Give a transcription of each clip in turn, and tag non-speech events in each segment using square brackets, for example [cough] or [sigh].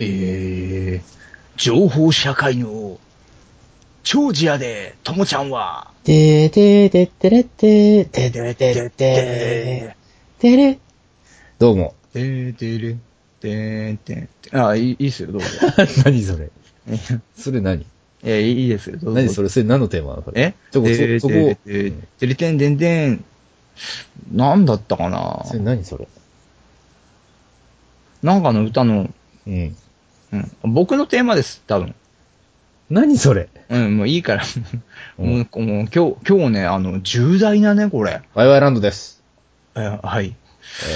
えー、情報社会の長寿やで、ともちゃんは、てーてーてってれってー、てーてーてーてー、てれ。どうも。てーてーれん、てーんてんてんあ、いいいいっすよ、どうぞ。 [laughs] 何それそれ何え、いいいいですよ、どうぞ。何それそれ何のテーマなのそれえちょ、こてそ、ーそてこー、てーてれてんでんでん。なんだったかなそれ何それなんかの歌の、うん。うん。僕のテーマです、多分。何それうん、もういいから。うんもう、もう今日、今日ね、あの、重大なね、これ。ワイワイランドです。えーはい。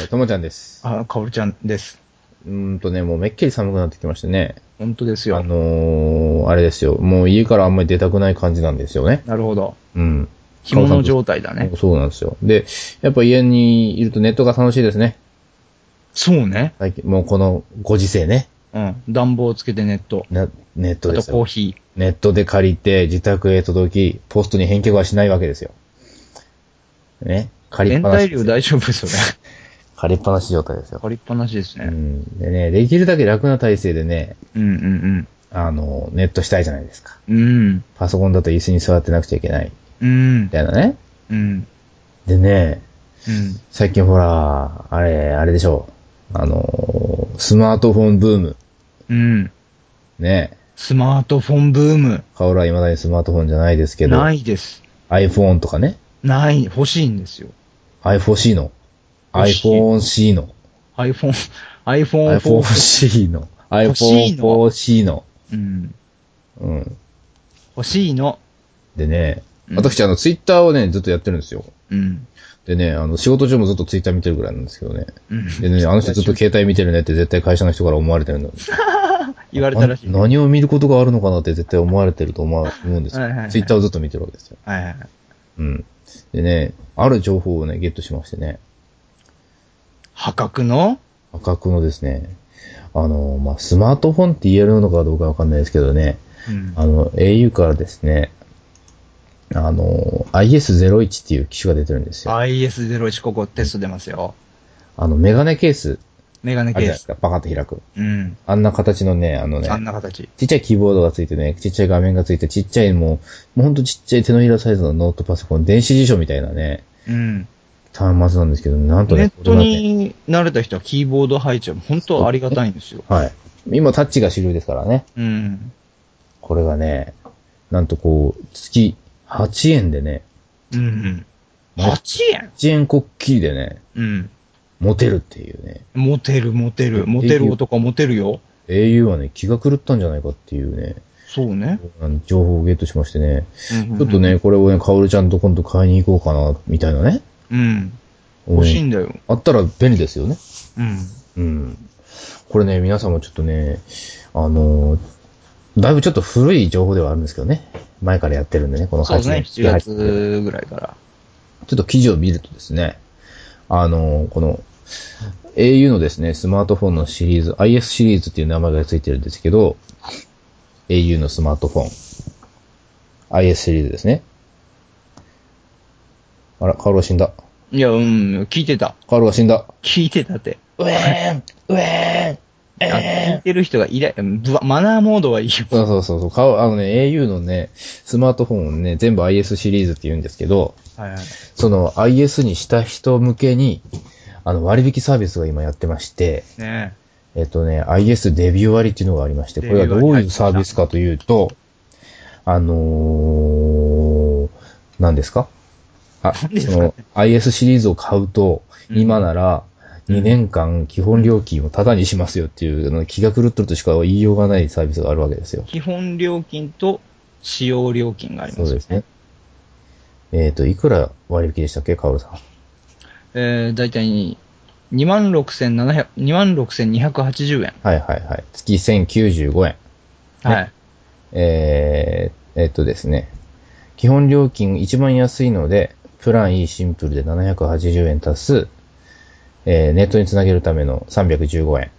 えー、ともちゃんです。あ、かおるちゃんです。うーんとね、もうめっきり寒くなってきましてね。本当ですあよ。のー、あれですよ。もう家からあんまり出たくない感じなんですよね。なるほど。うん。着物状態だね。そうなんですよ。で、やっぱ家にいるとネットが楽しいですね。そうね。最近、もうこのご時世ね。うん。暖房つけてネット。なネットあでとすコーよ。ヒネットで借りて、自宅へ届き、ポストに返却はしないわけですよ。ね。ー。借りっ延ぱな滞しです料よ。大丈夫ですよ [laughs] ね。借りっぱなし状態ですよ。借りっぱなしですうね。ん。でね、できるだけ楽な体制でね、うんうんあの、ネットしたいじゃないですか。うん。うん。パソコンだと椅子に座ってなくちゃいけない。うんみ。たいなね。うん。でね、うん。最近ほら、あれ、あれでしょう。あの、スマートフォンブーム。うん。ね。スマートフォンブーム。カオラは未だにスマートフォンじゃないですけど、ないです。 iPhone とかね。ない。欲しいんですよ。 iPhone-C の。欲しい iPhone-C の。 iPhone、iPhone 4。 iPhone-C の。欲しいの iPhone-4C の。うん。うん。欲しいの。でね、うん私、あの、ツイッターをね、ずっとやってるんですよ。うん。でね、あの、仕事中もずっとツイッター見てるぐらいなんですけどね。うん。でね、あの人ずっと携帯見てるねって絶対会社の人から思われてるんだ。言われたらしい。な何を見ることがあるのかなって絶対思われてると思う思うんですよ。はいはいはいツイッターをずっと見てるわけですよ。はいはいはい。うん。でね、ある情報をね、ゲットしましてね。破格の赤くのですね、あの、まあ、スマートフォンって言えるのかどうかわかんないですけどね、うん。あの、au からですね、あの、IS01 っていう機種が出てるんですよ。 IS01 ここテスト出ますよ。あの、メガネケース、メガネあるじケーゃないでスす。か、パカッと開く。うん。あんな形のね、あのね、あんな形。ちっちゃいキーボードがついてね、ちっちゃい画面がついて、ちっちゃいもう、もうほんとちっちゃい手のひらサイズのノートパソコン、電子辞書みたいなね、うん。端末なんですけど、なんとネね、ットに慣れた人はキーボード配置は本当ありがたいんですよ。これがねはい。今タッチが主流ですからね。うん。これがね、なんとこう、月8円でね、うん。ね8円1円こっきりでね、うん。モテるっていうね、モテる、モテる。モテる男はモテるよ。 au はね、気が狂ったんじゃないかっていうね、そうね。あの情報をゲットしましてね、ちょちょっと。ね、これをね、カオルちゃんと今度買いに行こうかな、みたいなね。うん。欲しいうんんだよ。あったら便利ですよね。うん。うん。これね、皆さんもちょっとね、あのーだいぶちょっと古い情報ではあるんですけどね。前からやってるんでね、このそうですね。 8 7年月ぐらいから。ちょっと記事を見るとですね、あの、この、au のですね、スマートフォンのシリーズ、IS シリーズっていう名前がついてるんですけど、au のスマートフォン。IS シリーズですね。あら、カオルは死んだ。いや、うん。聞いてた。カオルは死んだ。聞いてたって。ウェーンウェーンあ聞いてる人がいない。うんぶわマナーモードはいいよ。そうそうそうそう。カオあのね、au のね、スマートフォンをね、全部 IS シリーズって言うんですけど、はいはい。その IS にした人向けに、あの、割引サービスが今やってまして、ねえっとね、IS デビュー割っていうのがありまして、こデビューれは割どういうサービスかというと、あのー、何ですかあ、そ何ですかの IS シリーズを買うと、うん今なら2年間基本料金をタダにしますよっていう、あの気が狂ってるとしか言いようがないサービスがあるわけですよ。基本料金と使用料金がありますそようですね。。えっ、と、いくら割引でしたっけ、カオルさん。えー、大体26,700、26,280円。はいはいはい。月1095円。はい。えー、えっとですね。基本料金一番安いので、プラン E シンプルで780円足す、えーネットにつなげるための315円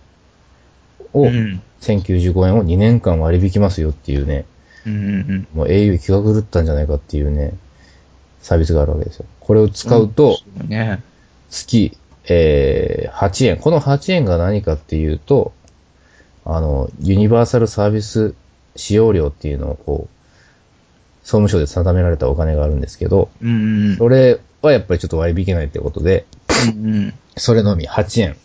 を、うん。 1095円を2年間割り引きますよっていうね、うんうんもう au 気が狂ったんじゃないかっていうね、サービスがあるわけですよ。これを使うん。うと、そうね。月、えー8円。この8円が何かっていうと、あの、ユニバーサルサービス使用料っていうのをこう、総務省で定められたお金があるんですけど、うんうん。それはやっぱりちょっと割り引けないってことで、うんうん。それのみ8円、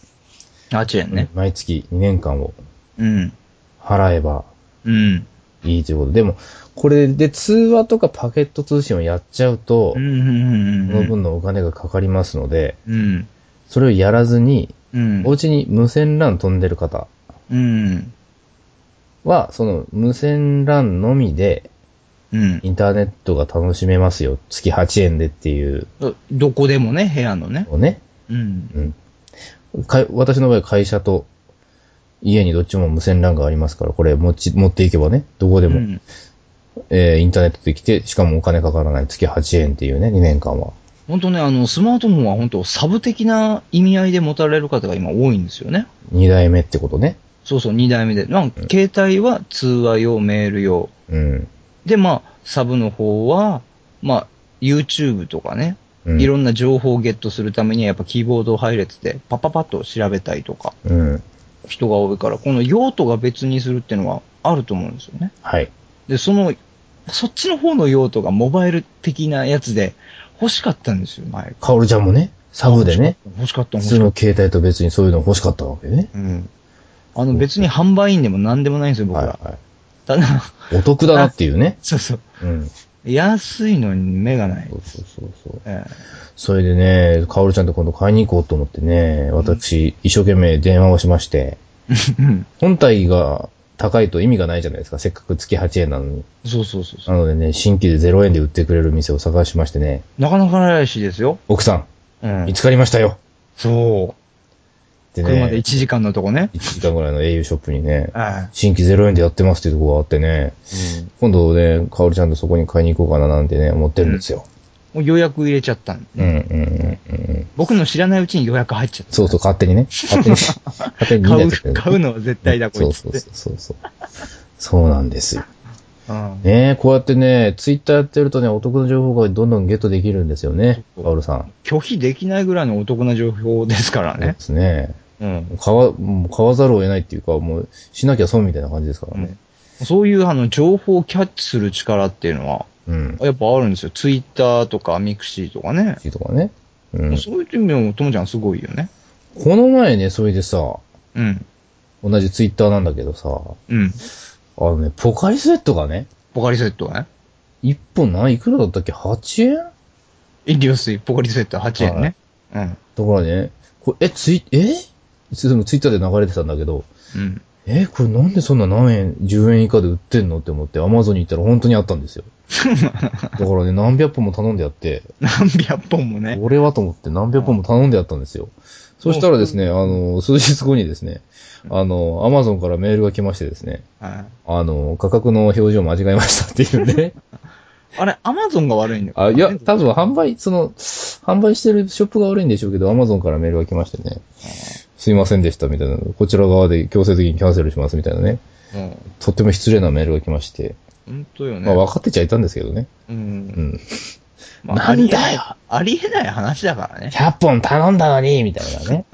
8円ね。毎月2年間をうん。払えばうん。いいということで、でも、これで通話とかパケット通信をやっちゃうとう、んうんそうんのうん。分のお金がかかりますので、うん。それをやらずに、うん。お家に無線 LAN 飛んでる方うん。は、その無線 LAN のみで、うん。インターネットが楽しめますよ。月8円でっていうどどこでもね、部屋のね。のをね。うん。うん。か私の場合、会社と家にどっちも無線 LAN がありますから、これ持ち、持っていけばね、どこででも、えーインターネットできて、しかもお金かからない月8円っていうね、2年間は。本当ね、あの、スマートフォンは本当サブ的な意味合いで持たれる方が今多いんですよね。 2代目ってことね。そうそう、2代目で。なんか携帯は通話用、メール用。うん。で、まあ、サブの方は、まあ、YouTube とかね、うん、いろんな情報をゲットするためにはやっぱキーボード配列でパパパッと調べたいとか、うん。人が多いから、この用途が別にするっていうのはあると思うんですよね。はい。で、その、そっちの方の用途がモバイル的なやつで欲しかったんですよ、前。カオルちゃんもね、サブでね、欲しかった、普欲し通かっの携帯と別にそういうの欲しかったわけね。た。うん。あの、別に販売員でも何でもないんですよ、僕はら。いはただ、 [laughs] い。お得だなっていうね。そうそう。うん。安いのに目がないそ。うそうそうそう。えそれでね、カオルちゃんと今度買いに行こうと思ってね、私、一生懸命電話をしまして、えうん本体が高いと意味がないじゃないですか。せっかく月8円なのに。そうそうそうそなのでね、新規で0円で売ってくれる店を探しましてね、う。なかなかないらしいですよ。奥さ、うんん見。つかりましたよそでう。ね、車で1 1時間のとこね。時間ぐらいの au ショップにね、え新規0円でやってますっていうとこがあってね、え今度ね、かおりちゃんとそこに買いに行こうかななんてね、思ってるんですよ。もう予約入れちゃったんでうん、うん、うん、うん。僕の知らないうちに予約入っちゃった。そうそう、勝手にね。勝手に、勝手に見買ないとう、買うのは絶対だ、こそいうつっそうて。そうそう。そうなんですよ。うんねえ、こうやってね、ツイッターやってるとね、お得な情報がどんどんゲットできるんですよね、そうカオルさん。拒否できないぐらいのお得な情報ですからそうでね。すね。うん。買わ、もう買わざるを得ないっていうか、もう、しなきゃ損みたいな感じですからね。そういうあの情報をキャッチする力っていうのは、うん。やっぱあるんですよ。ツイッターとかミクシーとかね。とかね。うん。こそういう意味でも、ともちゃんすごいよね。の前ね、それでさ、うん。同じツイッターなんだけどさ、うん。あのね、ポカリスエットがね、ポカリスエットね。一本ない、いくらだったっけ ?8 円だか飲料水、ポカリスエット8円ね。うん。らね、これ、え、ツイ、えでもツイッターで流れてたんだけど、うん。え、これなんでそんな何円、10円以下で売ってんのって思って、アマゾンに行ったら本当にあったんですよ。だからね、何百本も頼んでやって、何百本もね。俺はと思って何百本も頼んでやったんですよ。そしたらですね、あの、数日後にですね、あの、アマゾンからメールが来ましてですね、はいあの、価格の表示を間違えましたっていうね。あれ、アマゾンが悪いんだよ。あ、いや、多分販売、その、販売してるショップが悪いんでしょうけど、アマゾンからメールが来ましてね、すいませんでしたみたいな、こちら側で強制的にキャンセルしますみたいなね、うん。とっても失礼なメールが来まして、本当よね。まあ分かってちゃいたんですけどね。う。うんん。まあなんだよありえないありえない話だからね。 100本頼んだのにみたいなね、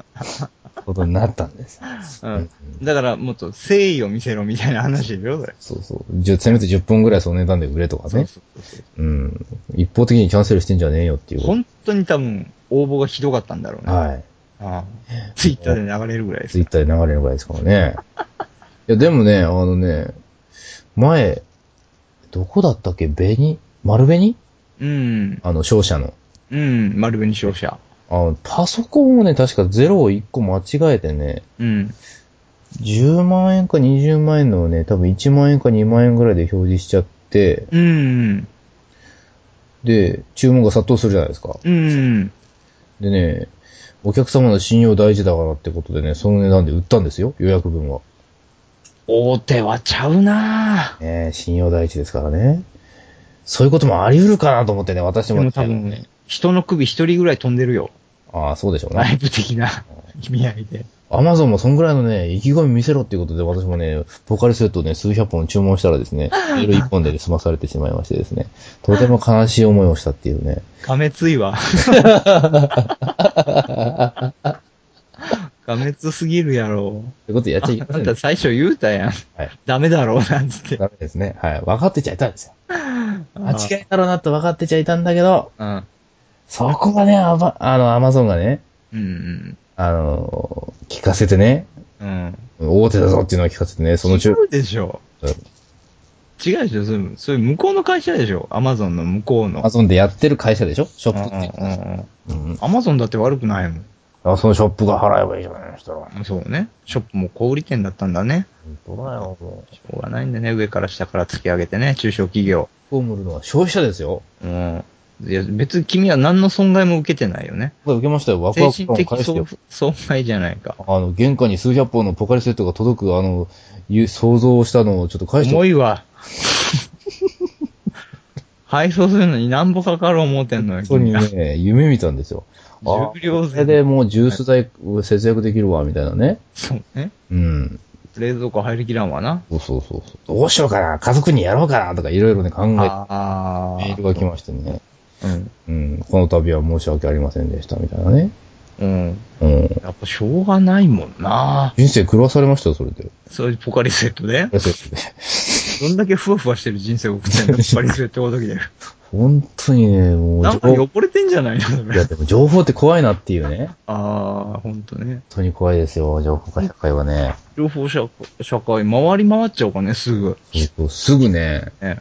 [laughs] ことになったんです。うん。だから、もっと誠意を見せろみたいな話でしょ、それ。そうそう。じゃせめて10本ぐらいその値段で売れとかね。そうそうそううん。一方的にキャンセルしてんじゃねえよっていうこと。本当に多分、応募がひどかったんだろうね。はい。ああツイッターで流れるぐらいですツイ。ッターで流れるぐらいですからね。いや、でもね、あのね、前、どこだったっけ紅丸紅うん。あの、商社の。うん。丸紅商社。あの、パソコンをね、確かゼロを1個間違えてね、うん。 10万円か20万円のをね、多分1万円か2万円ぐらいで表示しちゃって、うん。で、注文が殺到するじゃないですか。うん。でね、お客様の信用大事だからってことでね、その値段で売ったんですよ、予約分は。大手はちゃうなぁ。ねえ、信用第一ですからね。そういうこともあり得るかなと思ってね、私でも。も多分、人の首一人ぐらい飛んでるよ。ああ、そうでしょうライね。ブ的な意味合いで。アマゾンもそんぐらいのね、意気込み見せろっていうことで、私もね、ポカリスエットをね、数百本注文したらで [laughs] すね、色一本で、ね、済まされてしまいましてですね、とても悲しい思いをしたってい [laughs] うね。亀ついわ。過滅すぎるやろ。ということやっちゃいけあないん [laughs] んでたす。最初言うたやん。はい。ダメだろうなんつって。ダメですね。はい。分かってちゃいたんですよ。間あ違いだろうなと分かってちゃいたんだけど、うん。そこはね、アバあの、アマゾンがね、うん。あの、聞かせてね、うん。うん。大手だぞっていうのを聞かせてね、その違中、うでしょ。違うでしょ。それ、それ向こうの会社でしょ。アマゾンの向こうアのマ。ゾンでやってる会社でしょショうんうップんって。うんうん。アマゾンだって悪くないもん。あそのショップが払えばいいじゃないのしたら。そうね。ショップも小売店だったんだね。どうなよ、もう。しょうがないんだね。上から下から突き上げてね。中小企業。フォームルのは消費者ですよ。うん。いや、別に君は何の損害も受けてないよね。これ受けましたよ。ワク精ワク神感を的返してよ。損害じゃないか。あの、玄関に数百本のポカリスエットが届く、あの、いう想像したのをちょっと返してよ重いわ。配送するのに何歩かかる思うてんのよ。本当君にがね、夢見たんですよ。あ重量こ税れでもうジュース代節約できるわ、みたいなね。そうね。うん。冷蔵庫入りきらんわな。そうそうそうそう。どうしようかな、家族にやろうかな、とかいろいろね、考えあメールが来ましてね。あ。うん。うん。この度は申し訳ありませんでした、みたいなね。うん。うん。やっぱしょうがないもんな。人生狂わされましたよ、それで。そういうポカリスエットで。どんだけふわふわしてる人生を送ってんのポカリスエットごときで。 [laughs] 本当にね、もう、なんか情報汚れてんじゃないのそいやれ。でも情報って怖いなっていう [laughs] ね。ああ、ほんとね。本当に怖いですよ、情報化社会はね。情報社社会、回り回っちゃうかね、すぐ。そうすぐね、ね、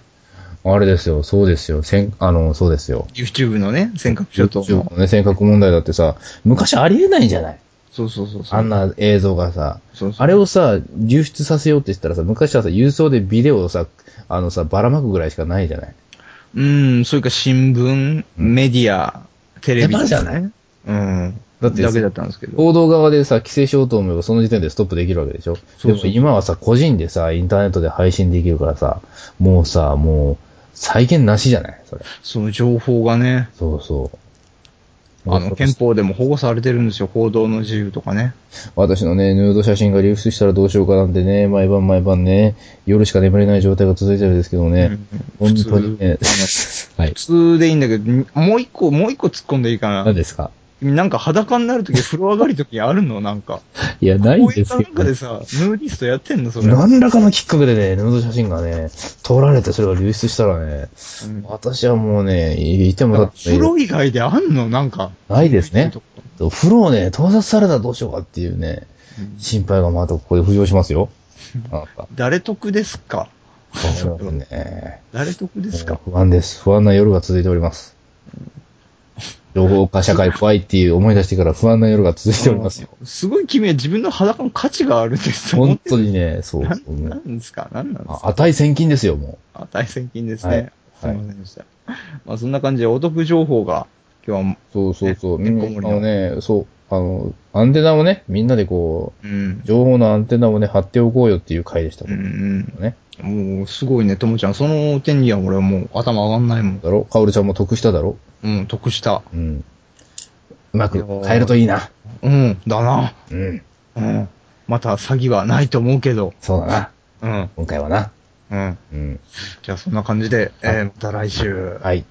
あれですよ、そうですよ、せん、あの、そうですよ。 YouTube のね、尖閣諸島中の。国のね、尖閣問題だってさ、昔ありえないじゃないそうそうそうそう。あんな映像がさ。そうそうあれをさ、流出させようって言ったらさ、昔はさ、郵送でビデオをさ、あのさ、ばらまくぐらいしかないじゃないうん、それか新聞、メディア、テレビ。手間じゃないうん。だってだけだったんですけど。報道側でさ、規制しようと思えばその時点でストップできるわけでしょそうそうでも今はさ、個人でさ、インターネットで配信できるからさ、もうさ、もう、再現なしじゃないそれ。その情報がね、そうそう。あの、憲法でも保護されてるんですよ。報道の自由とかね。私のね、ヌード写真が流出したらどうしようかなんてね、毎晩毎晩ね、夜しか眠れない状態が続いてるんですけどね、うん本当にね、 [laughs] はい普。通でいいんだけど、にもう一個、もう一個突っ込んでいいかな何。ですか君なんか裸になるとき、風呂上がりときあるのなんか。いや、ないんですこういけう中ど、でさ、ヌーディストやってんのそれ。何らかのきっかけでね、ヌード写真がね、撮られてそれが流出したらね、うん私はもうね、いいてもだって風呂以外であんのなんか。ないですねそういうとこ。風呂をね、盗撮されたらどうしようかっていうね、心配がまたここで浮上しますよ。なんか、誰得ですかそうですね。誰得ですか不安です。不安な夜が続いております。情報化社会怖いっていう思い出してから不安な夜が続いておりますよ。すごい君は自分の裸の価値があるんですと思っ本て当にね、そうなそんう。なもうんですかなんなんですか値千金ですよ、もあ、対戦金ですはねい。すみませんでした。まあそんな感じでお得情報が今日は、う。そうそうそう。ねみんなてんこあの盛ね、そう、あの、アンテナをね、みんなでこうんう、。情報のアンテナをね、張っておこうよっていう回でしたうもんんね。うん。もうすごいね、ともちゃん。その点には俺はもう頭上がんないもん。だろかおるちゃんも得しただろうん、得した。うん。うまいくやー変えるといいな。うん、だな。うん。うん。また詐欺はないと思うけど。そうだな。うん、今回はな。うん。うん。じゃあそんな感じで、えーまた来週。はい。